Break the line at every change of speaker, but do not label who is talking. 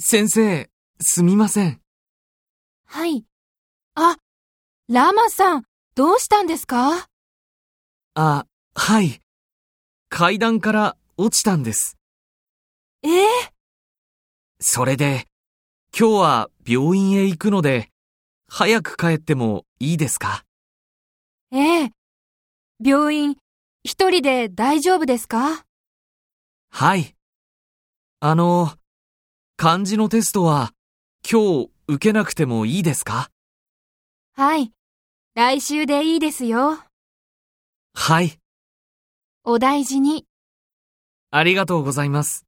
先生、すみません。
はい。あ、ラマさん、どうしたんですか
あ、はい。階段から落ちたんです。
ええ
それで、今日は病院へ行くので、早く帰ってもいいですか
ええ。病院、一人で大丈夫ですか
はい。あの、漢字のテストは今日受けなくてもいいですか
はい。来週でいいですよ。
はい。
お大事に。
ありがとうございます。